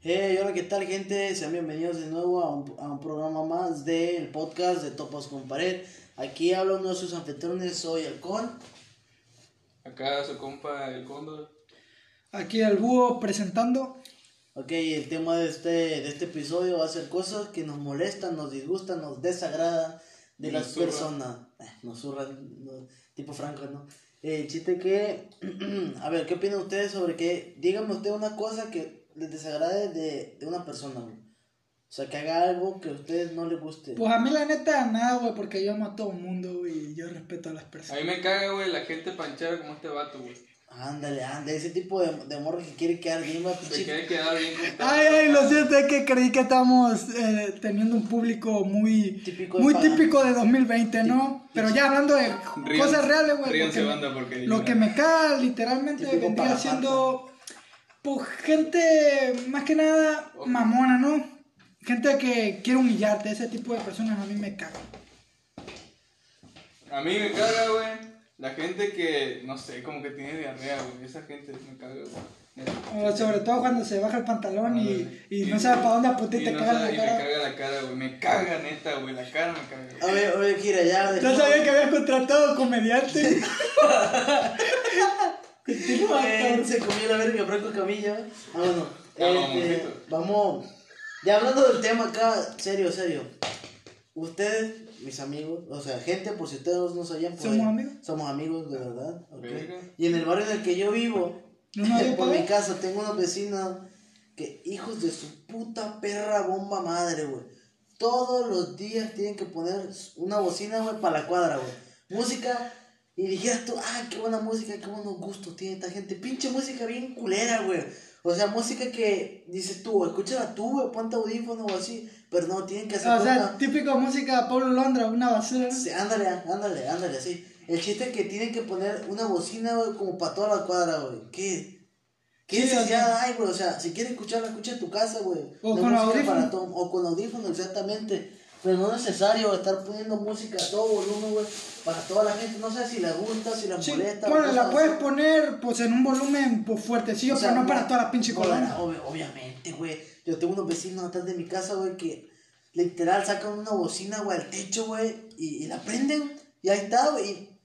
Hey, hola, ¿qué tal, gente? Sean bienvenidos de nuevo a un, a un programa más del podcast de Topas con Pared. Aquí habla uno de sus anfitriones, soy el Con. Acá su compa el cóndor. Aquí al búho presentando. Ok, el tema de este, de este episodio va a ser cosas que nos molestan, nos disgustan, nos desagradan de Y las nos zurran. personas. Eh, nos zurran, no, tipo Franco, ¿no? Eh, El chiste que, a ver, ¿qué opinan ustedes sobre que, díganme usted una cosa que les desagrade de, de una persona, güey? O sea, que haga algo que a ustedes no les guste. Pues a mí la neta nada, güey, porque yo amo a todo el mundo, güey, y yo respeto a las A personas. mí me caga, güey, la gente panchera como este vato, güey. Ándale, ándale, ese tipo de, de morro que quiere quedar bien, va, Se pinche. quiere quedar bien con todo. Ay, ay, lo siento, es que creí que estamos eh, teniendo un público muy Típico de muy pana. típico de 2020, ¿no? Pero ya hablando de Rían- cosas reales, güey. ríanse, porque banda, porque Lo que me caga literalmente Típico vendría para siendo pues gente más que nada Ojo. mamona, ¿no? Gente que quiere humillarte, ese tipo de personas a mí me cagan. A mí me caga, güey, la gente que, no sé, como que tiene diarrea, güey. Esa gente me caga, güey. O Eh, sobre todo cuando se baja el pantalón y, y no Y- sabe para dónde apuntar y te no cagas sabe- la y cara. me caga la cara, güey. Me caga, neta, güey. La cara me caga. güey. Oye, oye, Kira, ya. No sabía que habías contratado comediante. Continúa, Eh, cabrón. se comió la verga Franco Camilla. Ah, bueno. Ya, vamos, este, Jorgito. vamos. Ya hablando del tema acá, serio, serio. Ustedes, mis amigos, o sea, gente, por si ustedes no sabían. por ¿Somos ahí, amigos? Somos amigos, de verdad. ok. Verga. Y en el barrio en el que yo vivo, ¿No me había por pagado? mi casa, tengo unos vecinos que, hijos de su puta perra bomba madre, güey. Todos los días tienen que poner una bocina, güey, para la cuadra, güey. Música. Y dijeras tú, ah, qué buena música, qué buenos gustos tiene esta gente. Pinche música bien culera, güey. O sea, música que dices tú, escúchala tú, güey, ponte audífono o así. Pero no, tienen que hacer O sea, una- típico música de Pablo Londra, una basura. Sí, ándale, ándale, ándale, así. El chiste es que tienen que poner una bocina, güey, como para toda la cuadra, güey. ¿Qué? ¿Qué Sí, o necesidad sea. hay, güey? O sea, si quieres escucharla, escucha en tu casa, güey. O No con música audífono. para todo- o con audífono, exactamente. Pero no es necesario estar poniendo música a todo volumen, güey, para toda la gente. No sé si la gusta, si la Sí, molesta. ponla, o la cosas puedes así. poner pues en un volumen pues, fuertecillo, O sea, pero no para toda la pinche no, colonia. no, ob- obviamente, güey. Yo tengo unos vecinos atrás de mi casa, güey, que literal sacan una bocina, güey, al techo, güey, y, y la prenden. Y ahí está, güey. y-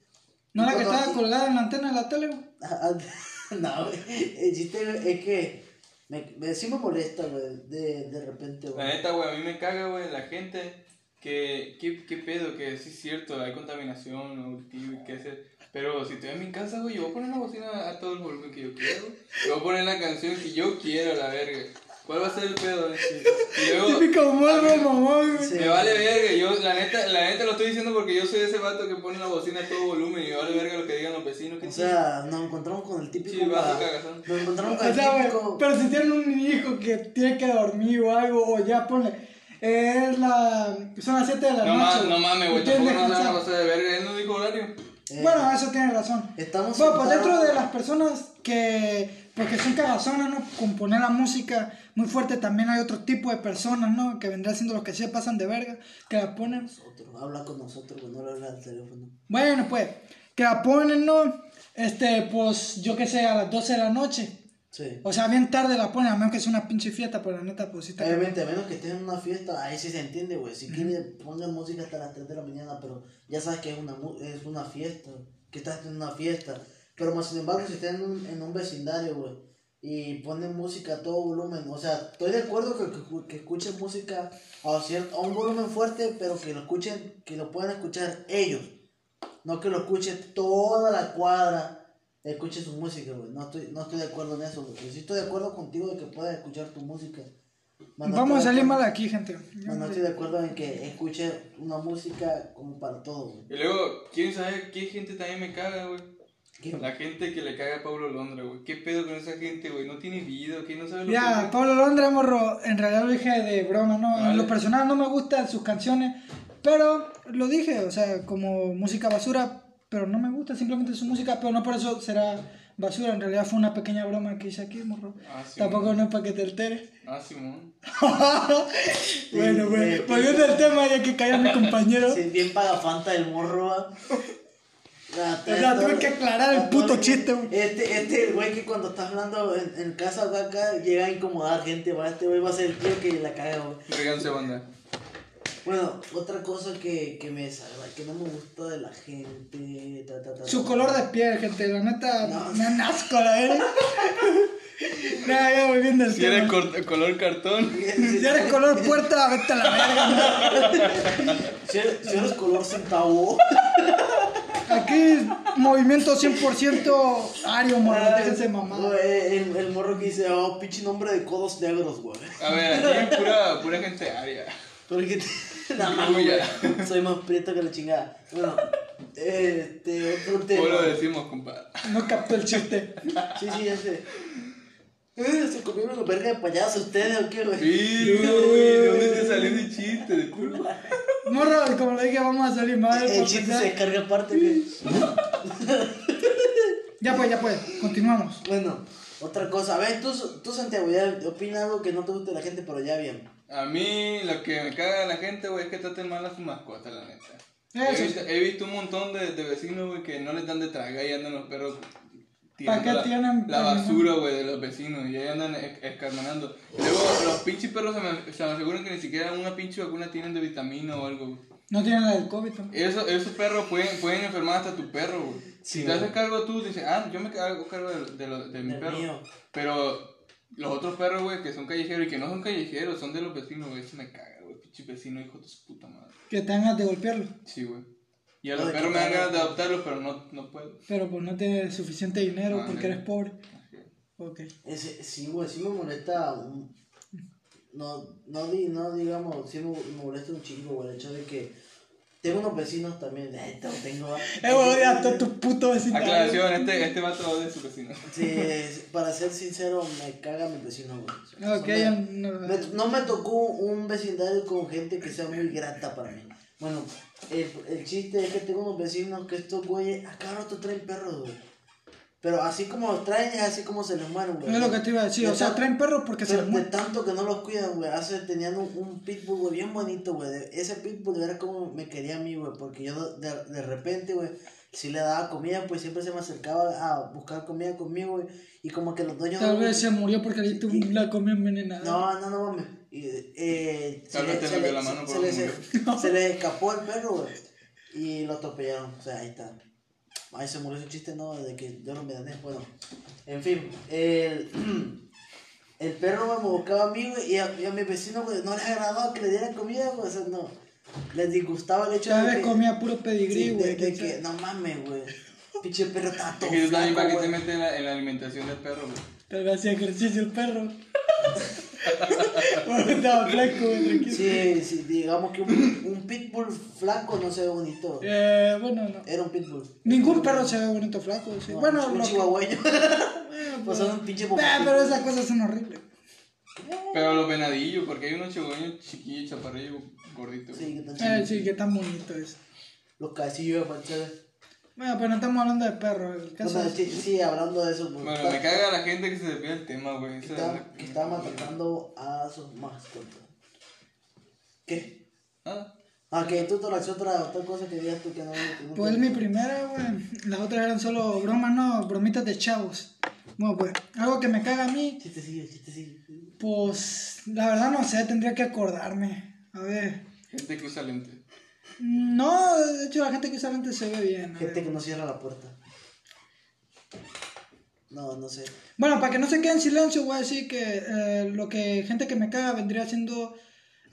No la que no, estaba sí. colgada en la antena de la tele. güey. Ah, ah, no, güey. El chiste es que me, me, sí me molesta, güey, de, de repente, La güey. neta, güey, a mí me caga, güey, la gente que, ¿qué, qué pedo? Que sí es cierto, hay contaminación, auditivo y qué hacer. Pero si estoy en mi casa, güey, yo voy a poner la bocina a todo el volumen que yo quiero. Yo voy a poner la canción que yo quiero, la verga. ¿Cuál va a ser el pedo? eh? Y luego, Típico morro, mamón, güey. Sí. me vale verga, yo, la neta, la neta lo estoy diciendo porque yo soy ese vato que pone la bocina a todo volumen y me vale verga lo que digan los vecinos. Que O sea, nos encontramos con el típico. Sí, vas a pa- cagazón. nos encontramos con O el sea, güey, típico. pero si tienen un hijo que tiene que dormir o algo, o ya ponle. eh, Es la. Son las 7 de la no, ma- noche. no mames, güey, y quieren tampoco no se van a descansar. pasar de verga, él no dijo horario. Eh, Bueno, ah. eso tiene razón. estamos Bueno, pues sentados- dentro de las personas que. Porque son cagazonas, ¿no? Componer la música muy fuerte también hay otro tipo de personas, ¿no? Que vendrán siendo los que se pasan de verga, que la ponen. Nosotros, habla con nosotros, güey, no le habla al teléfono. Bueno, pues, que la ponen, ¿no? Este, pues, yo qué sé, a las 12 de la noche. Sí. O sea, bien tarde la ponen, a menos que sea una pinche fiesta, pero la neta, pues sí está cabrón. Obviamente, a menos que estés en una fiesta, ahí sí se entiende, güey. Si quieren, pongan música hasta las 3 de la mañana, pero ya sabes que es una, mu- es una fiesta, que estás en una fiesta. Pero más sin embargo, si estás en un, en un vecindario, güey, y ponen música a todo volumen, o sea, estoy de acuerdo que, que, que escuchen música a, cierto, a un volumen fuerte, pero que lo escuchen, que lo puedan escuchar ellos. No que lo escuche toda la cuadra. Escuche su música, güey. No estoy, no estoy de acuerdo en eso, güey. Pero sí estoy de acuerdo contigo de que puedas escuchar tu música. Más no Vamos estoy a de salir acuerdo- mal aquí, gente. más no estoy de acuerdo en que escuche una música como para todo, güey. Y luego, ¿quién sabe qué gente también me caga, güey? ¿Qué? La gente que le caga a Pablo Londra, güey. ¿Qué pedo con esa gente, güey? No tiene vida, que no sabe lo Ya, que Pablo Londra, morro, en realidad lo dije de broma, ¿no? Vale. En lo personal no me gustan sus canciones, pero lo dije, o sea, como música basura, pero no me gusta simplemente su música, pero no por eso será basura, en realidad fue una pequeña broma que hice aquí, morro. Ah, sí, Tampoco morro. no es para que te alteres. Ah, Simón. bueno, sí, pues, volviendo al tema, ya que cayó mi compañero. Sí, bien pagafanta el morro, va. O sea, tuve que aclarar el puto chiste, güey. Este, este, el güey que cuando está hablando en, en casa acá, acá, llega a incomodar gente, va. Este güey va a ser el tío que la caga, güey. Ríganse, banda. Bueno, otra cosa que, que me desagrada, que no me gusta de la gente. ta, ta, ta, Su ta. color de piel, gente, la neta, No. me dan asco, la verdad. no, ya voy viendo el Si eres tema. cor- color cartón, Si eres color puerta, vete a la verga. Si eres, si eres color centavo. Aquí, movimiento 100% ario, morro, déjense de mamada. Ah, Güey, el, el morro que dice, oh, pinche nombre de codos negros, güey. a ver, aquí es pura, pura gente aria. Pero es que te- nada más, Uy, güey. ya. Soy más prieto que la chingada. Bueno, este, otro tema. ¿Cómo lo decimos, compadre? No captó el chiste. Sí, sí, ya sé. Eh, se comieron la verga de payaso ustedes, ¿o qué, güey? Sí, güey, ¿de dónde te salió ese chiste? De culo. Morro, y como le dije, vamos a salir mal. El para chiste empezar. se descarga aparte, güey. Ya pues, ya pues, continuamos. Bueno, otra cosa. A ver, tú, tú Santiago, ya opina algo que no te guste de la gente, pero ya bien. A mí lo que me caga de la gente, güey, es que traten mal a su mascota, la neta. Eso He visto, he visto un montón de, de vecinos, güey, que no les dan de tragar y andan los perros ¿Para qué la, tienen la perros, no? basura, güey, de los vecinos y ahí andan es- escarmanando. Luego los pinches perros se me, se me aseguran que ni siquiera una pinche vacuna tienen de vitamina o algo. güey. No tienen la del COVID, ¿no? Eso, esos perros pueden, pueden enfermar hasta tu perro, güey. Sí, si te haces güey. cargo tú, dices, ah, yo me hago cargo de, de, lo- de mi Del perro. mío. Pero los otros perros, güey, que son callejeros y que no son callejeros, son de los vecinos, güey, eso me caga, güey, pinche vecino, hijo de su puta madre. Que te hagas de golpearlo. Sí, güey. Y a No, los de perros me dan quitarlo. ganas de adoptarlos, pero no, no puedo. Pero pues no tienes suficiente dinero Ah, porque sí. eres pobre. Ok. Ese, sí, güey, sí me molesta. un- No, no, di- no digamos, sí me me molesta un chingo, güey, el hecho de que. Tengo unos vecinos también. Eh, tengo. tengo Eh, güey, ya todo tu puto vecino. Aclaración, este, este vato de su vecino. Sí, es- para ser sincero, me caga mi vecino, güey. Son Ok, de- no, me- no me tocó un vecindario con gente que sea muy grata para mí. Bueno, el, el chiste es que tengo unos vecinos que estos güeyes a cada rato traen perros, güey. Pero así como los traen, es así como se les mueren, güey. es lo que te iba a decir. O sea, traen perros porque se Pero les de mueren. tanto que no los cuidan, güey. Hace tenían un, un pitbull, güey, bien bonito, güey. De- Ese pitbull era como me quería a mí, güey. Porque yo de, de repente, güey, si le daba comida, pues siempre se me acercaba a buscar comida conmigo, güey. Y como que los dueños. Tal no- vez se murió porque le tuvo la comida envenenada. No, no, no mames. Y, eh, se Tal vez le- te se limpió le- la mano se- por se un les- se les escapó el perro, güey. Y lo atropellaron. O sea, ahí está. Ahí se murió ese chiste, ¿no? De que yo no me dané. Bueno, en fin. El, el perro güey, me buscaba a mí, güey. Y a, y a mis vecinos, güey, no les agradaba que le dieran comida, güey. O sea, no. Les disgustaba el hecho Cada de vez que... comía puro sí, pedigrí, de- güey. de quién que, sabe. no mames, güey. Pinche perro está todo Es que tú también flaco, para que te güey. meten en la, en la alimentación del perro, güey. Tal vez hacía ejercicio el perro. Porque estaba flaco, güey. tranquilo. Sí, sí, digamos que un, un pitbull flaco no se ve bonito. Eh, bueno, no. Era un pitbull. Ningún perro se ve bonito flaco. sí. No, bueno, un lo que- chihuahueño. Eh, Pues son un pinche Ah, poquito. pero esas cosas son horribles. Pero los venadillos, porque hay unos chihuahueños chiquillos, chaparrillos, gorditos. Sí, güey. que tan Eh, chido. sí, que tan bonito es. Los cabecillos de manchada. Bueno, pero no estamos hablando de perros. El caso Bueno, es- sí, sí, hablando de eso, pues, Bueno, está- me caga la gente que se desvía del tema, güey. que Esa es está, la- que está maltratando a sus mascotas. ¿Qué? Ah, Ah, que tú te la otra, otra cosa que digas tú que no. que no Pues te- mi primera, güey. Las otras eran solo bromas, no, bromitas de chavos. Bueno, pues, algo que me caga a mí, Chiste sigue, chiste sigue. pues, la verdad no sé, tendría que acordarme. A ver. gente que usa lente. No, de hecho la gente que usa lentes se ve bien. a ver. Gente que no cierra la puerta. No, no sé. Bueno, para que no se quede en silencio, voy a decir que eh, lo que gente que me caga vendría siendo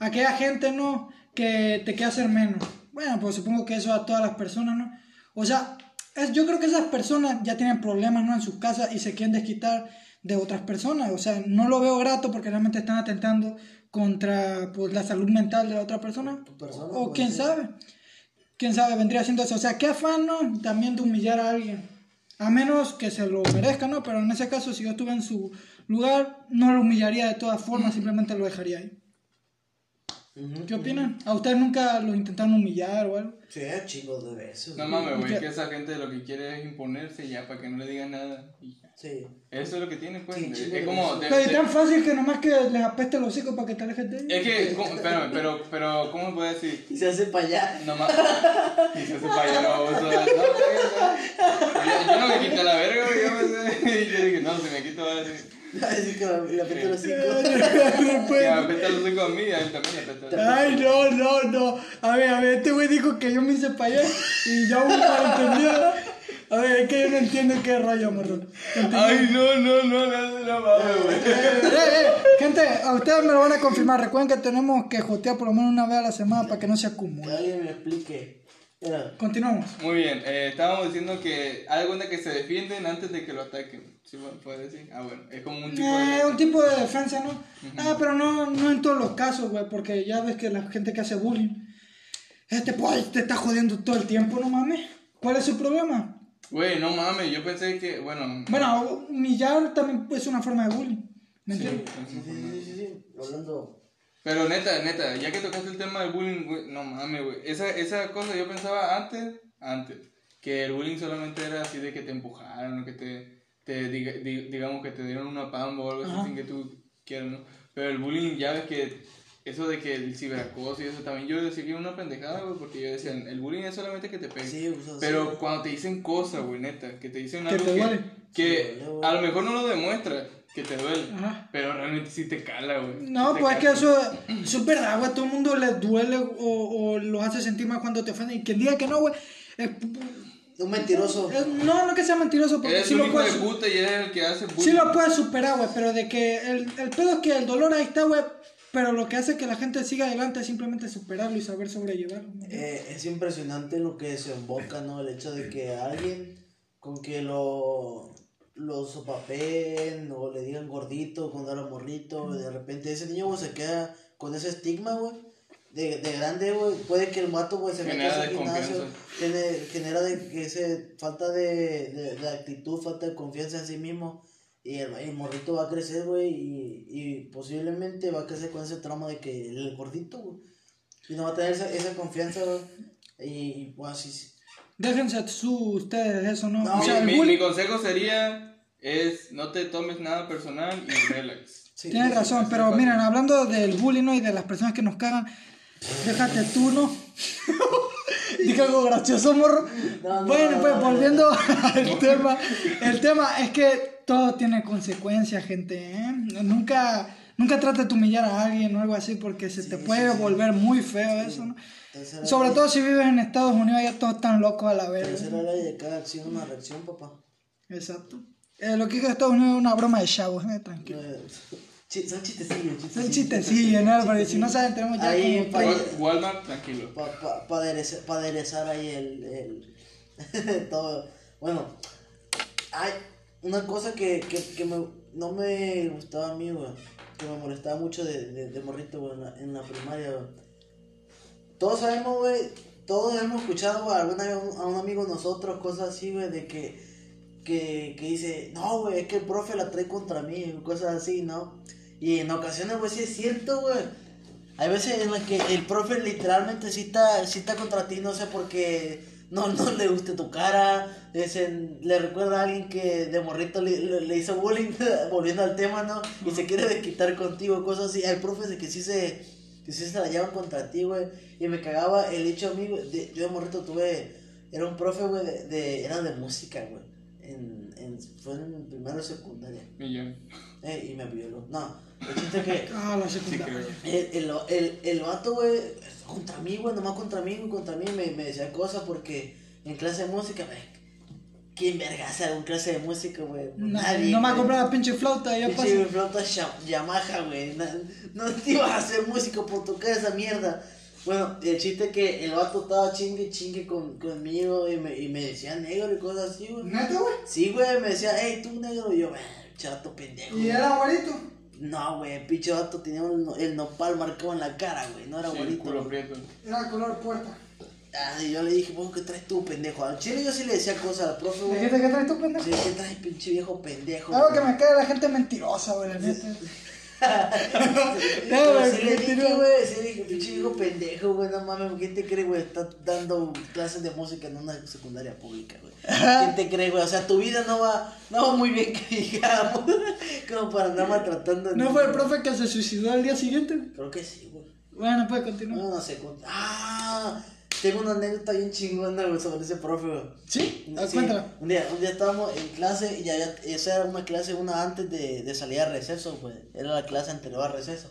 aquella gente, ¿no? Que te quiere hacer menos. Bueno, pues supongo que eso a todas las personas, ¿no? O sea, es, yo creo que esas personas ya tienen problemas, ¿no? En sus casas y se quieren desquitar de otras personas. O sea, no lo veo grato porque realmente están atentando contra pues, la salud mental de la otra persona. Tu persona, pues, o puede quién ser. sabe. Quién sabe, vendría siendo eso. O sea, qué afán, ¿no? También de humillar a alguien. A menos que se lo merezca, ¿no? Pero en ese caso, si yo estuve en su lugar, no lo humillaría de todas formas, simplemente lo dejaría ahí. Ujú. ¿Qué opinan? ¿A ustedes nunca los intentaron humillar o algo? Sí, chingos de veces. güey. No mames, güey, Usted- que esa gente lo que quiere es imponerse ya para que no le digan nada. y ya. Sí. Eso es lo que tiene, pues. Sí, es, chingo de como. veces. te- Pero es te- tan fácil que nomás que les apeste los hocico para que te alejes de ellos. es que, ¿cómo- espérame, pero, pero, ¿cómo puedo decir? Y se hace para allá. No mames. Y se hace pa' allá, no, o sea, no, güey, o sea, Yo yo no me quité la verga, güey. Yo pensé. Y yo dije, no, si me quito, va a decir. Así que la- le aprieto los cinco. Que me Después- apesta los hocico a mí y a él también le apesta los hocico. Ay, no, no, no. A ver, a ver, este güey dijo que yo me hice para allá y ya un malentendido. A ver, es que yo no entiendo qué rollo, morro. Ay, no, no, no, no, no mames, güey. Eh, eh, gente, a ustedes me lo van a confirmar. Recuerden que tenemos que jotear por lo menos una vez a la semana para que no se Que acumule. alguien me explique. Mira, Continuamos. Muy bien, eh, estábamos diciendo que hay alguna que se defienden antes de que lo ataquen. ¿Sí bueno, puede decir? Ah, bueno, es como un tipo de. Eh, un tipo de defensa, ¿no? Ah, pero no, no en todos los casos, güey, porque ya ves que la gente que hace bullying, este, pues, te está jodiendo todo el tiempo, no mames. ¿Cuál es su problema? Güey, no mames, yo pensé que. Bueno. Bueno, humillar también es una forma de bullying. ¿Me sí, entiendes? es sí, sí, un sí, formato. sí, sí. Hablando. Pero neta, neta, ya que tocaste el tema del bullying, güey, no mames, güey. Esa, esa cosa yo pensaba antes, antes, que el bullying solamente era así de que te empujaron o que te, te diga- di- digamos que te dieron una pamba o algo Ajá. así sin que tú quieras, ¿no? Pero el bullying, ya ves que eso de que el ciberacoso y eso también, yo decía que era una pendejada, güey, porque yo decía, el bullying es solamente que te peguen. Sí, o sea, Pero sí. cuando te dicen cosas, güey, neta, que te dicen Que algo te que, duele. que Sí, duele, a lo mejor no lo demuestra, que te duele, Ajá. pero realmente sí te cala, güey. No, Sí te pues es que cala. eso, eso es verdad, güey. Todo el mundo les duele o, o los hace sentir mal cuando te ofenden. Y quien diga que no, güey. es- Un mentiroso. es- no, no que sea mentiroso, porque Eres sí un lo, hijo de puedes, puta y eres el que hace bullying. sí lo puedes superar, güey. Pero de que el, el pedo es que el dolor ahí está, güey. Pero lo que hace que la gente siga adelante es simplemente superarlo y saber sobrellevarlo. ¿no? Eh, es impresionante lo que se emboca, ¿no? El hecho de que alguien con que lo, lo sopapen o le digan gordito cuando era morrito, de repente ese niño, güey, se queda con ese estigma, güey. De, de grande, güey, puede que el mato, güey, se meta Genera a ese gimnasio, desconfianza. tiene- genera de, que ese, falta de, de, de actitud, falta de confianza en sí mismo. Y el, el morrito va a crecer, güey, y, y posiblemente va a crecer con ese trauma de que el gordito, güey. Y no va a tener esa, esa confianza, güey. Y, y, pues así. sí. Déjense su, ustedes eso, ¿no? No, o sea, mi, el mi- mi bullying. consejo sería es no te tomes nada personal y relax. sí. Tienes razón, sí, pero pasa. miren, hablando del bullying ¿no? y de las personas que nos cagan, déjate tú, ¿no? Dije algo gracioso, morro. No, no, bueno, no, pues no, no, volviendo al tema, el tema es que todo tiene consecuencias, gente. ¿eh? Nunca, nunca trates de humillar a alguien o algo así porque se Sí, te sí, puede sí. volver muy feo eso, ¿no? Tercera Sobre ley- todo si vives en Estados Unidos, ya todos están locos a la vez. Tercera ley de cada acción, una reacción, papá. Exacto. Eh, lo que dijo Estados Unidos es una broma de chavos, ¿eh? tranquilo. Eh, chi- Son chistecillos, Son chistecillos, ¿no? Porque si no saben, tenemos ya Ahí, como- Ay. Wal- Walmart, tranquilo. Para pa, pa aderezar, pa aderezar ahí el. el todo. Bueno, hay una cosa que, que, que me, no me gustaba a mí, güey. Que me molestaba mucho de, de, de morrito, güey, en la, en la primaria, güey. Todos sabemos, güey. Todos hemos escuchado güey, alguna vez a un- a un amigo de nosotros, cosas así, güey, de que, que, que dice, no, güey, es que el profe la trae contra mí, cosas así, ¿no? Y en ocasiones, güey, sí es cierto, güey. Hay veces en las que el profe literalmente cita, cita contra ti, no sé por qué no, no le guste tu cara, es en- le recuerda a alguien que de morrito le, le- le hizo bullying, volviendo al tema, ¿no? Y se quiere desquitar contigo, cosas así. Hay profes de que sí se, que sí se la llevan contra ti, güey. Y me cagaba el hecho a mí, güey, de- yo de morrito tuve, era un profe, güey, de, de- era de música, güey. En, en, fue en primero de secundaria. Y ya. Eh, y me violó. No, el chiste es que... Ah, la Sí secundaria. creo. El, el, el, el vato, güey, contra mí, güey, nomás contra mí, güey, contra mí me, me decía cosas porque en clase de música, güey, ¿quién verga hace algún clase de música, güey? No, Nadie. no me pues. ha güey. comprado la pinche flauta, ya pasa. Pinche güey, flauta Sha- Yamaha, güey. na- No, te ibas a hacer músico por tocar esa mierda. Bueno, el chiste que el vato estaba chingue, chingue con, conmigo y me, y me decía negro y cosas así, güey. ¿Neta, güey? Sí, güey, me decía, hey, tú negro. Y yo, "Ah, chato pendejo. ¿Y era abuelito? No, güey, pinche vato tenía un no- el nopal marcado en la cara, güey. No era Sí, bonito. culo güey. prieto. Era color puerta. Ah, y yo le dije, vos, ¿qué traes tú, pendejo? Al chile yo sí le decía cosas al profe, ¿Le güey. dijiste que traes tú, pendejo? Ah, Sí, ¿qué traes, pinche viejo pendejo? Algo que güey?" me cae de la gente mentirosa, güey, la neta. Pero güey, sí le que dije, tiene- güey, sí le dije, pinche viejo pendejo, güey, no mames, ¿quién te cree, güey? Está dando clases de música en una secundaria pública, güey. ¿Quién te cree, güey? O sea, tu vida no va, no va muy bien, que digamos, como para andar maltratando. a ¿No fue el niños. profe que se suicidó al día siguiente? Creo que sí, güey. Bueno, pues continúa. No, no sé. cu- Ah, tengo una anécdota bien chingona, güey, sobre ese profe, güey. ¿Sí? Ah, Sí, Cuéntala. un, día, un día estábamos en clase y ya, ya- esa era una clase una antes de, de salir a receso, pues, era la clase anterior a receso.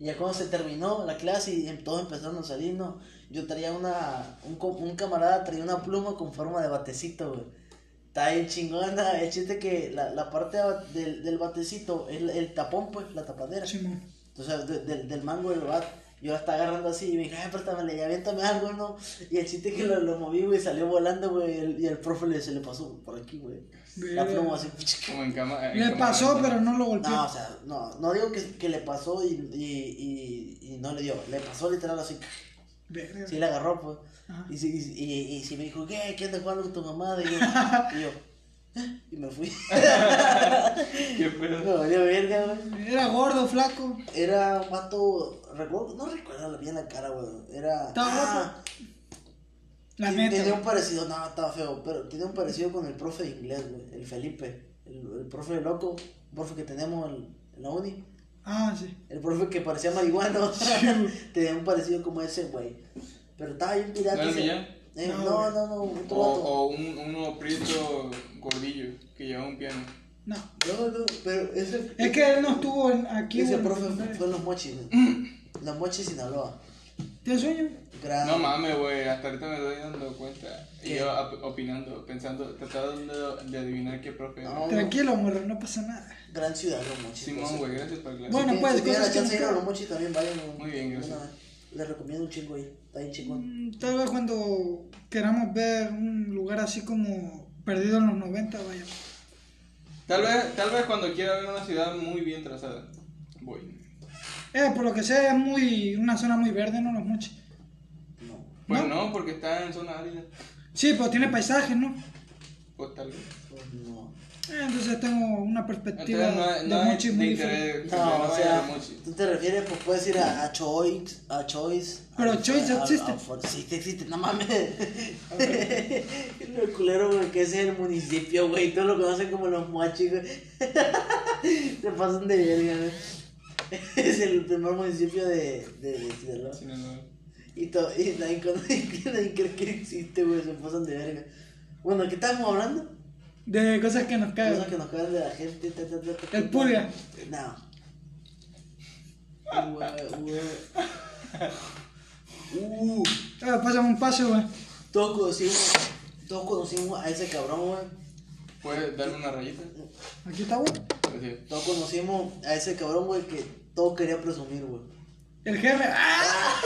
Y ya cuando se terminó la clase y em- todos empezaron a salir, ¿no? Yo traía una, un, co- un camarada traía una pluma con forma de batecito, güey. Está bien chingona, el chiste que la, la parte de ba- del, del batecito, el, el tapón, pues, la tapadera. Simón. Entonces, de- del- del mango del bat, yo la estaba agarrando así y me dije, ay, préstamela, ya aviéntame algo, ¿no? Y el chiste que lo, lo moví, güey, salió volando, güey, y el- y el profe le, se le pasó por aquí, güey. La Verga. pluma así. Como en cama. en Le cama- pasó, pero no lo golpeó. No, o sea, no, no digo que, que le pasó y, y, y, y no le dio, le pasó literal así, Verga. sí le agarró, pues. Ajá. Y, si- y, si- y, y si me dijo, ¿qué? ¿Qué andas jugando con tu mamá? Y yo, y yo, "Ah", y me fui. Qué pedo. no, yo, verga, güey. Era gordo, flaco. Era un vato, recuerdo, no recuerdo bien la cara, güey. Era. ah, Estaba La ten- neta. Tenía güey. un parecido, no, estaba feo, pero tenía un parecido con el profe de inglés, güey, el Felipe, el, el profe loco, un profe que tenemos en, en la uni, Ah, sí. el profe que parecía marihuano, tenía un parecido como ese, güey. Pero estaba bien pirata. ¿No era ese- Millán? eh, No, no, güey. no, no, otro vato. O, o un, uno prieto gordillo que llevaba un piano. No. No, no, pero ese. Es que él no estuvo en- aquí. Ese güey, en la profe secundaria. fue en los mochis, güey. los mochis Sinaloa. ¿Tienes sueño? Ah. Gran- No mames, güey, hasta ahorita me estoy dando cuenta. ¿Qué? Y yo op- opinando, pensando, tratando de, de adivinar qué profe era. No. Tranquilo, morro, no pasa nada. gran ciudad, los mochis. Simón, pues. güey, gracias por la Bueno, Si pues, tienen- si tienen cosas la que chance de ir a nunca- los mochis también, vayan. güey. Muy bien, gracias. Una- Les recomiendo un chingo ir. Está bien chingón. Mm, Tal vez cuando queramos ver un lugar así como perdido en los 90, vaya. Tal vez, tal vez cuando quiera ver una ciudad muy bien trazada. Voy. Eh, por lo que sé, es muy, una zona muy verde, no los muchos. No. Pues no, porque está en zona árida. Sí, pero tiene paisajes, ¿no? Pues tal vez. No. Eh, Entonces tengo una perspectiva Entonces no, hay- de no hay mucho y muy de diferente. interés. que No, o vaya sea, de mochi. tú te refieres, pues puedes ir a, a Choice, a Choice. Pero a- Choice a- ya a- existe. a For- sí, sí existe, no mames. Lo culero, güey, que ese es el municipio, güey. Todos lo conocen como los mochis, güey. Se pasan de verga, güey. Es el primer municipio de, de, de Sinaloa. Sí, no, no. Y, to y nadie, conoce- nadie cree que existe, güey, se pasan de verga. Bueno, ¿qué estábamos hablando? De cosas que nos Cosas caen. que nos cagan de la gente. ta, ta, ta, ta, El ta. pulga. No. Güey, güey. Uh, Ah, pásame un paso, güey. todos conocimos, todos conocimos a ese cabrón, güey. ¿Puedes darme una rayita? Aquí está, güey. Así. Todos conocimos a ese cabrón, güey, que todo quería presumir, güey. El jefe. ¡Ah!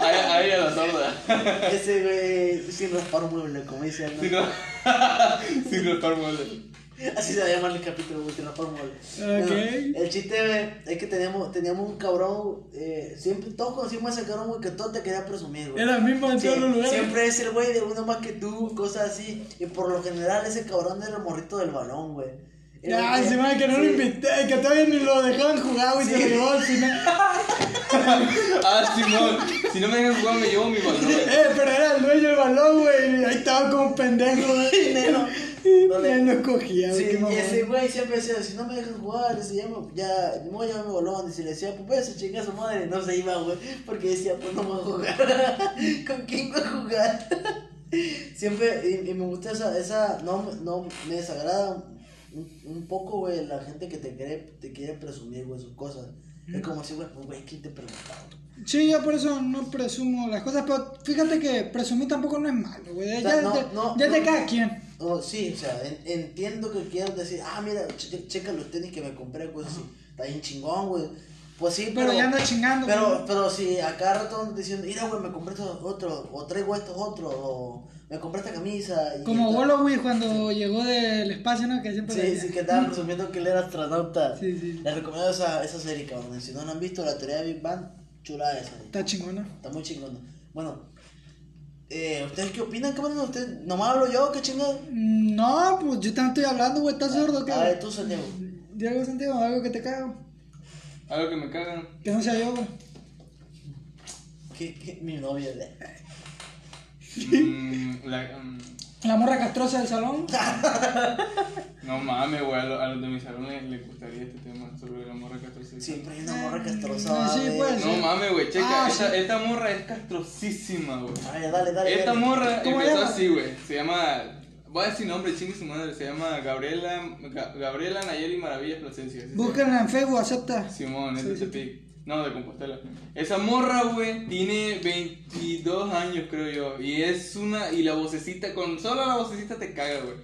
Ahí, ahí a la sorda. Ese güey sin raspar mueble, como dice él, ¿no? Sin no, sin rotar molde. Así se va a llamar el capítulo, güey, sin raspar mueble. Ok. Bueno, el chiste, güey, es que teníamos, teníamos un cabrón, eh, siempre, todos conocimos a ese cabrón, güey, que todo te quería presumir, güey. Era el mismo en Sí, todos los lugares. siempre es el güey de uno más que tú, cosas así. Y por lo general ese cabrón era el morrito del balón, güey. Era Ah, el se me que no sí. lo invité, que todavía ni lo dejaban jugar, güey, Sí. se lo llevó al final. Ah, Simón, si no me dejan jugar, me llevo mi balón. Eh, pero era el dueño del balón, güey, y ahí estaba como un pendejo, güey. Neno. No le- Ya no cogía, Sí, güey, qué y mamón. ese güey siempre decía, si no me dejan jugar, dice, ya, me- ya, ni modo, ya me volón. Y si le decía, pues vete, chinga a su madre, no se iba, güey. Porque decía, pues no voy a jugar. ¿Con quién voy a jugar? siempre, y, y me gusta esa, esa no, no, me desagrada un, un poco, güey, la gente que te quiere, te quiere presumir, güey, sus cosas. Es como si, güey, pues, güey, ¿quién te preguntaba? Sí, yo por eso no presumo las cosas, pero fíjate que presumir tampoco no es malo, güey. Ya, O sea, no, de, no, ya de no. cada quien. Oh, sí, o sea, en- entiendo que quieras decir, ah, mira, che- checa los tenis que me compré, güey, sí, está bien chingón, güey. Pues sí, Pero ya anda chingando, Pero, güey. pero si a cada rato andas diciendo, mira, güey, me compré estos otros, o traigo estos otros, o me compré esta camisa. y Como está- Wolowitz cuando llegó del espacio, ¿no? Que siempre Sí, le- sí, que estaban presumiendo que él era astronauta. Mm. Sí, sí. Les recomiendo esa, esa serie, cabrón. Si no la han visto, la teoría de Big Bang, chula esa. güey. Está chingona. Está muy chingona. Bueno, eh, ¿ustedes qué opinan, cabrón? ¿Ustedes, ¿Nomás hablo yo? ¿Qué chingado? Ah, Mm, No, pues yo también estoy hablando, güey, estás sordo, A ver, cabrón. tú, Santiago. ¿De algo sentido? ¿Algo que te cago? Algo que me cagan. Que no sea yo, güey. ¿Qué, qué? Mi novia. ¿eh? Mm, la- mm, La morra castrosa del salón. no mames, güey. A, lo- a los de mi salón les, les gustaría este tema sobre la morra castrosa. Siempre hay una morra castrosa. Sí, ¿vale? pues. No mames, güey. Checa, Ah, esta, sí. esta morra es castrosísima, güey. A ver, dale, dale. Esta dale. morra ¿Cómo empezó llama? así, güey. Se llama. Voy a decir nombre, chingue su madre. Se llama Gabriela, Ga- Gabriela Nayeli Maravillas Plasencia. así se llama. Búsquenla en Facebook, acepta. Simón, es de Sí, sí. Tepic. No, de Compostela. Esa morra, güey, tiene 22 años, creo yo. Y es una. Y la vocecita, con solo la vocecita te caga, güey.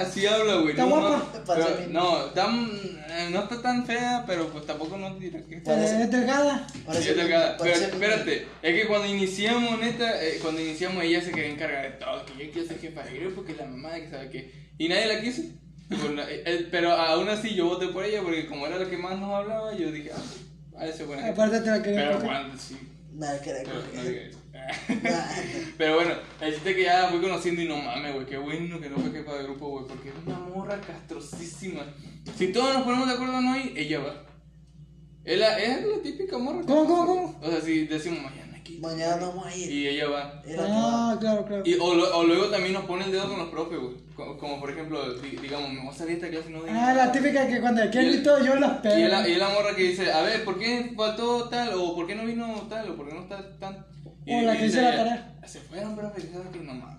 Así habla, güey. Está no, guapa. No, pero- no, tan- eh, no está tan fea, pero pues tampoco no dirá que está. Parece- Eh, Es delgada. Parece- Sí, es delgada. Pero, parece- espérate, es que cuando iniciamos, neta, eh, cuando iniciamos ella se quería encargar de todo, que yo quiero ser jefa de grupo, que la mamá, que sabe qué. Y nadie la quiso. Tipo, na- eh, eh, pero aún así yo voté por ella porque como era la que más nos hablaba, yo dije, ah, a ese buena gente. Aparte te la quería Pero coger. cuando sí. Nada, que Pero, no era- diga eso. Pero bueno, el chiste que ya la fui conociendo y no mames, güey, qué bueno que no fue jefa de grupo, güey, porque es una morra castrosísima. Si todos nos ponemos de acuerdo no hay, ella va. Es la, es la típica morra. ¿Cómo, cómo, castrosa. O sea, si decimos mañana aquí. Mañana no vamos a ir. Y ella va. Era todo. Ah, claro, claro. Y, o, lo- o luego también nos pone el dedo con los profes, güey. Co- Como, por ejemplo, di- digamos, me voy a salir de esta clase y no digo Ah, la típica que cuando aquí Y el- y todo yo las y es la, y pego. es la morra que dice, a ver, ¿por qué faltó tal? ¿O por qué no vino tal? ¿O por qué no está tan? Y, O la y que dice hizo la ella, tarea. Se fueron, pero felicidades, pero "Ah, no mames.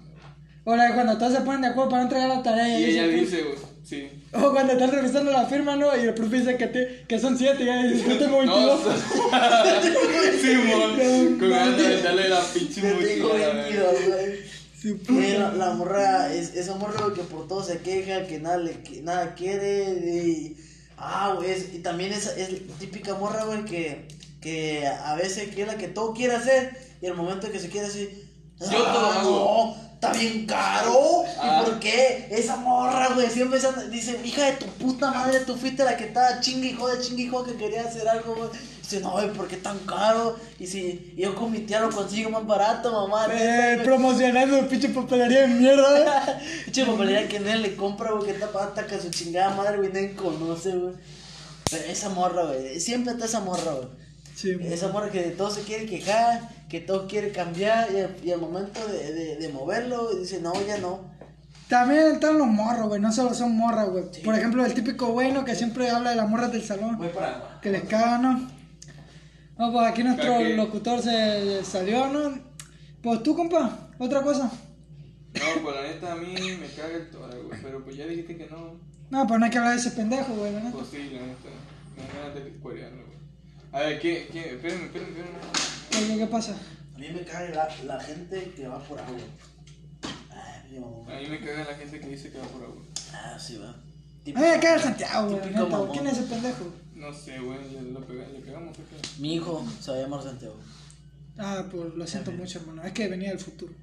O la que cuando todos se ponen de acuerdo para no entregar la tarea. Y ella dice- dice, güey, sí. O cuando están revisando la firma, ¿no? Y el profe dice que, te- que son siete y ella dice, yo tengo 22. No, Simón, con ganas de darle la pinche Yo tengo mochila. güey. 22, güey. Sí, pu- Eh, la, la morra, es, esa morra que por todo se queja, que nada, le, que nada quiere. Y, ah, güey, es- y también es, es la típica morra, güey, que, que a veces quiere la que todo quiere hacer. Y al momento que se quiere así, "Ah, Yo todo hago". No, está bien caro. Ah. ¿Y por qué? Esa morra, güey, siempre se anda- dice, hija de tu puta madre, tú fuiste la que estaba chingue y joda, chingue y joda, que quería hacer algo, güey. Dice, no, güey, ¿por qué tan caro? Y si yo con mi tía lo consigo más barato, mamá. Eh, promocionando el pinche papelería de mierda. Che, papelería que nadie le compra, güey, que está pata que su chingada madre, güey, nadie conoce, güey. Pero esa morra, güey, siempre está esa morra, güey. Sí, Esa morra que de todo se quiere quejar, que todo quiere cambiar, y al, y al momento de, de, de moverlo, güey, dice, no, ya no. También están los morros, güey. No solo son morras, güey. Por ejemplo, el típico bueno que siempre habla de las morras del salón. Voy para allá. Que les caga, ¿no? No, pues aquí nuestro ¿Para qué? locutor se salió, ¿no? Pues tú, compa, otra cosa. No, pues la neta a mí me caga el toro, güey. Pero pues ya dijiste que no. No, pues no hay que hablar de ese pendejo, güey, ¿verdad? Pues sí, la neta. Me da ganas de cuerearlo, güey. A ver, ¿qué? ¿Qué? Espérenme, espérenme, espérenme. ¿Qué, qué pasa? A mí me cae la, la gente que va por agua. Ay, mi mamá. A mí me caga la gente que dice que va por agua. Ah, sí, va. A mí me caga el Eh, Santiago, güey. Típico neta, mamón. ¿Quién es ese pendejo? No sé, güey, le, lo pega- le pegamos. ¿qué pedo? Mi hijo se va a llamar Santiago. Ah, pues lo siento mucho, hermano. Es que venía del futuro.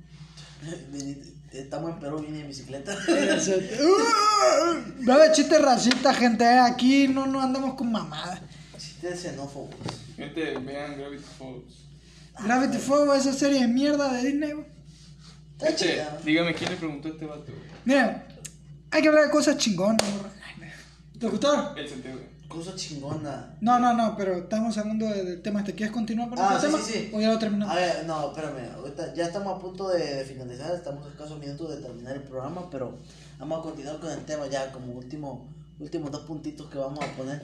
Vení, Estamos en Perú, vine en bicicleta. Va a haber chistes racistas, gente. ¿eh? Aquí no, no andamos con mamadas. Chistes xenófobos. Gente, vean Gravity Falls. Gravity Falls, esa serie de mierda de Disney, güey. Está Gente, chida. dígame quién le preguntó a este vato, güey. Mira, hay que hablar de cosas chingonas, morra. Doctor. El Santiago. Cosa chingona. No, no, no, pero estamos hablando de- del tema. ¿Te quieres continuar con Ah, este sí, tema? sí, sí. O ya lo A terminamos. ver, no, espérame. Ahorita ya estamos a punto de, de finalizar. Estamos a escasos minutos de terminar el programa. Pero vamos a continuar con el tema ya. Como último, últimos dos puntitos que vamos a poner.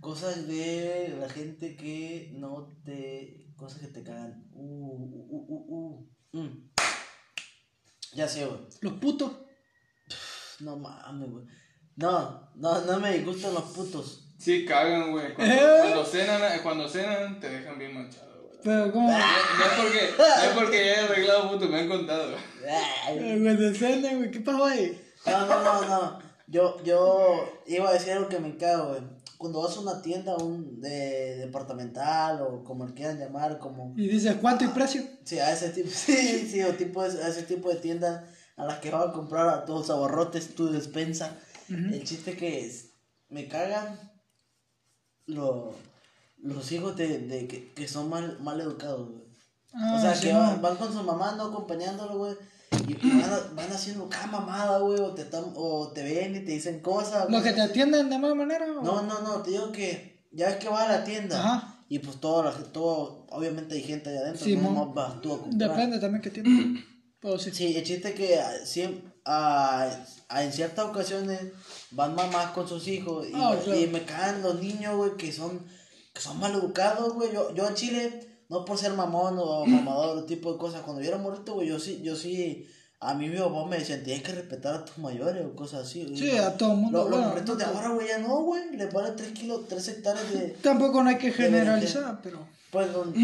Cosas de la gente que no te. Cosas que te cagan. Uh, uh, uh, uh, uh. Mm. Ya sé, güey. Los putos. No mames, güey. No, no, no me disgustan los putos. Sí, cagan, güey. Cuando, ¿Eh? cuando cenan, cuando cenan, te dejan bien manchado, güey. Pero como. Ah. No es porque, no es porque he arreglado puto, me han contado. Ay, Güey, de escena, güey. ¿Qué pasó ahí? No, no, no, no. Yo, yo iba a decir algo que me encargo, güey. Cuando vas a una tienda un de departamental o como le quieran llamar, como Y dices, ¿cuánto y precio? sí, a ese tipo, sí, sí, o tipo de- a ese tipo de tiendas a las que vas a comprar a todos los abarrotes, tu despensa. El chiste que es, me cagan lo- los hijos de, de que, que son mal, mal educados, güey. Ah, o sea, sí, que no. van, van con su mamá, no acompañándolo, güey. Y van, a- van haciendo cada mamada, güey, o te, están- o te ven y te dicen cosas. ¿Los güey. que te atienden de mala manera? o- No, no, no, te digo que ya ves que vas a la tienda Ajá. y pues todo, todo, obviamente hay gente allá adentro, Sí, no mo- más vas tú a comprar. Depende también que tienen. Pero sí. Sí, el chiste es que ah, siem- ah, ah, en ciertas ocasiones van mamás con sus hijos y, Ah, claro. y me caen los niños, güey, que son, que son maleducados, güey. Yo, yo en Chile, no por ser mamón o mamador, ese tipo de cosas, cuando yo era morrito, güey, yo sí, yo sí, a mí mi papá me decía, tienes que respetar a tus mayores o cosas así. güey. Sí, a todo el mundo, Los, los bueno, morritos de no- ahora, güey, ya no, güey, les vale 3 kilos, 3 hectáreas de... Tampoco no hay que generalizar, pero. Pues, don-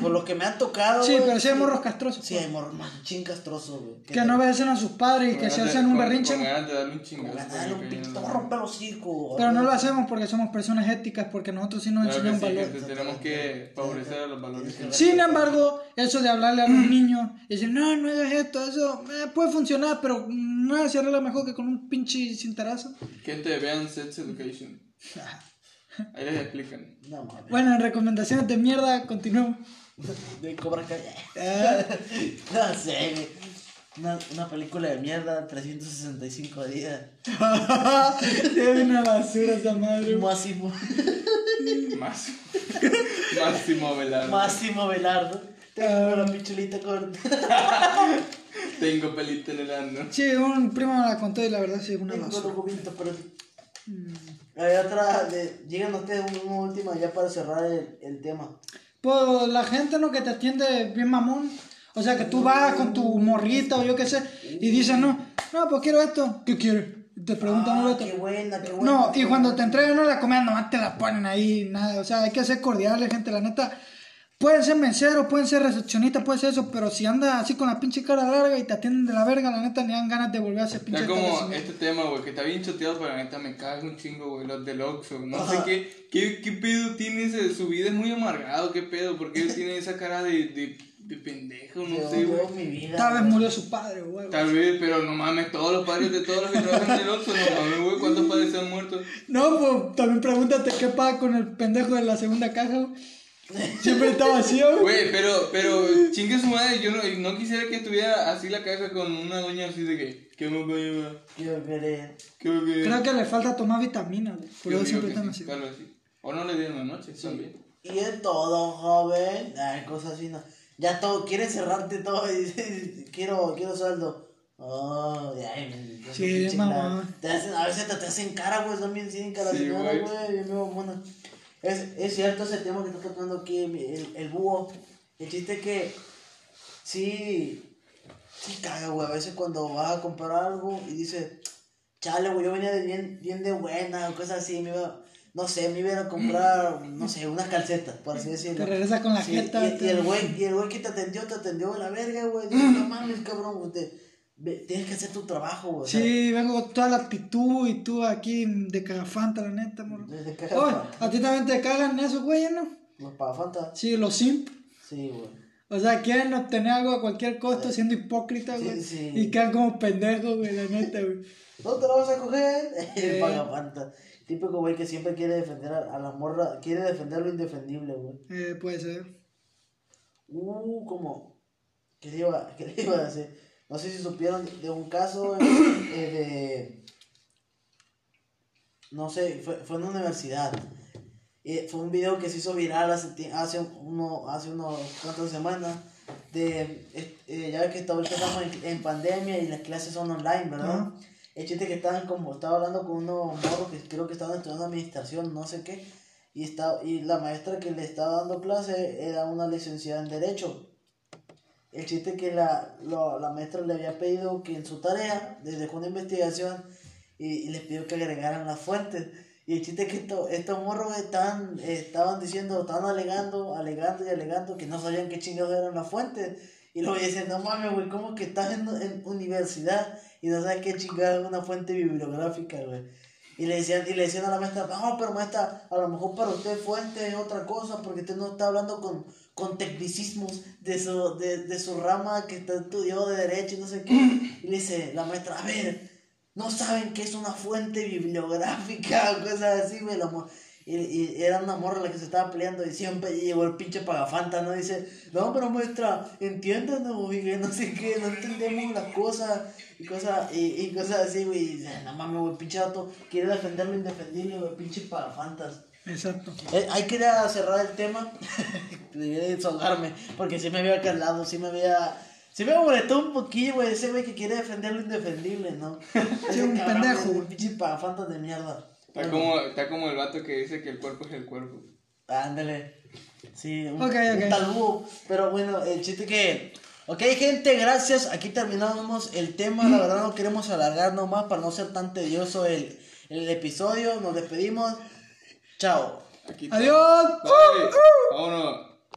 por lo que me han tocado, Sí, güey, pero sí hay morros castrosos. Ah, Sí, pues, hay morros más chincastrosos, güey. Que no obedecen a sus padres y que se hacen un Con berrinche. ganas de darle un Como chingazo. ganarle un pito, rompe los hijos. Pero no lo hacemos porque somos personas éticas, porque nosotros sí nos Claro que enseñan sí, valores. gente, tenemos que favorecer a los valores. que- Sin embargo, eso de hablarle a los Mm. niños y decir, no, no hagas esto, eso eh, puede funcionar, pero nada se arregla mejor que con un pinche cintarazo. Gente, vean Sex Education. Ahí les explican. No mames. Bueno, en recomendaciones de mierda, continuamos. De Cobra Kai. Eh, No sé, güey. Una, una película de mierda, 365 días. Es una basura esa madre. güey. Máximo. Más. Máximo Velarde. Máximo Velardo. Ah. Tengo la pichulita con. Tengo pelito en el ano. Sí, un primo me la contó y la verdad sí es una Tengo los basura. cubitos, pero. Mm. Hay otra. De... Llegan ustedes una- una última ya para cerrar el, el tema. Pues la gente no que te atiende bien mamón. O sea, que tú vas con tu morrita o yo qué sé y dices, no, no, pues quiero esto. ¿Qué quieres? Te preguntan Ah, otro. qué buena, qué buena. No, y cuando te entregan no la comida, nomás te la ponen ahí, nada. O sea, hay que ser cordiales, gente, la neta. Pueden ser meseros, pueden ser recepcionistas, puede ser eso, pero si andas así con la pinche cara larga y te atienden de la verga, la neta, ni dan ganas de volver a ese pinche Está como establecimiento. este tema, güey, que está bien choteado, pero la neta me cago un chingo, güey, los del Oxxo. No sé qué, qué, qué pedo tiene ese, su vida es muy amargado, qué pedo, porque él tiene esa cara de, de, de pendejo, no Yo sé, güey. veo mi vida. Tal vez murió su padre, güey. Tal vez, pero no mames, todos los padres de todos los que trabajan en el Oxxo, no mames, güey, ¿cuántos padres se han muerto? No, pues también pregúntate qué pasa con el pendejo de la segunda caja, güey. Siempre está vacío, güey. Güey, pero, pero, chingue su madre, yo no, no quisiera que estuviera así la caja con una doña así de que, ¿qué me voy a llevar? Yo quería. ¿Qué me voy a llevar? Creo que le falta tomar vitamina, güey. Por Yo digo eso siempre que están sí, así. tal vez sí. O no le dieron la noche, también. Y es todo, joven. Ay, cosas así, no. Ya todo, quieren cerrarte todo y dices, quiero, quiero sueldo. Oh, ay, me- me- Sí, me- mamá. Te hacen, a veces te, te hacen cara, güey, también tienen cara Sí, de cara, güey. güey, bien mamona. Es, es cierto ese tema que está tocando aquí mi- el, el búho. El chiste es que sí, sí caga, güey, a veces cuando vas a comprar algo y dices, chale, güey, yo venía de bien, bien de buena, o cosas así, me iba, no sé, me iba a ir a comprar, no sé, unas calcetas, por así decirlo. Te regresa con la Sí, jeta. y, y el güey, y el güey que te atendió, te atendió a la verga, güey. Dice, no mames, cabrón, güey, te- ve- tienes que hacer tu trabajo, güey. o sea, Sí, vengo con toda la actitud y tú aquí de cagafanta, la neta, morro. Desde que Oye, a ti también te cagan esos güeyes, ¿no? los pagafantas. Sí, los simp. Sí, güey. O sea, quieren obtener algo a cualquier costo siendo hipócritas, Sí, güey. sí. Y quedan como pendejos, güey, la neta, güey. ¿No te la vas a coger? El Sí. pagafanta. Típico güey que siempre quiere defender a, a las morras, quiere defender lo indefendible, güey. Eh, puede ser. Uh, como. ¿Qué le iba, qué le iba a decir? No sé si supieron de un caso eh, eh, de. No sé, fue, fue en una universidad. Eh, fue un video que se hizo viral hace, tie- hace, uno, hace unos cuantas semanas. De, eh, eh, ya ves que ahorita estamos en, en pandemia y las clases son online, ¿verdad? Ajá. El chiste que estaban como, estaba hablando con unos morros que creo que estaban estudiando administración, no sé qué. Y, estaba, y la maestra que le estaba dando clase era una licenciada en Derecho. El chiste que la, lo- la maestra le había pedido que en su tarea, les dejó una investigación y, y les pidió que agregaran las fuentes. Y el chiste es que esto- estos morros estaban, eh, estaban diciendo, estaban alegando, alegando y alegando que no sabían qué chingados eran las fuentes. Y luego dicen, no mames, güey, ¿cómo que estás en, en universidad y no sabes qué chingada es una fuente bibliográfica, güey? Y le, decían, y le decían a la maestra, no, pero maestra, a lo mejor para usted fuente es otra cosa, porque usted no está hablando con, con tecnicismos de su, de, de su rama que está estudiado de derecho y no sé qué. Y le dice la maestra, a ver, no saben que es una fuente bibliográfica, cosas así, güey. la mo- Y, y era una morra la que se estaba peleando y siempre llegó el pinche pagafanta, ¿no? Dice, no, pero muestra, entiéndanos, güey, que no sé qué, no entendemos las cosas y cosas, y, y cosas así, güey. Y dice, no mames, güey, pinche dato, quiere defender lo indefendible, güey, pinche pagafantas. Exacto. Eh, ahí quería cerrar el tema. Debía de desahogarme, porque sí me había calado, sí me había. Sí me molestó un poquillo, güey, ese güey que quiere defender lo indefendible, ¿no? Ese un cabrón, pendejo, güey, güey. pinche pagafantas de mierda. Está como, está como el vato que dice que el cuerpo es el cuerpo. Ándale. Sí, un, Ok, ok. un talbú. Pero bueno, el chiste que. Ok, gente, gracias. Aquí terminamos el tema. La verdad, no queremos alargarnos más para no ser tan tedioso el, el episodio. Nos despedimos. Chao. Aquí está. Adiós. Bye.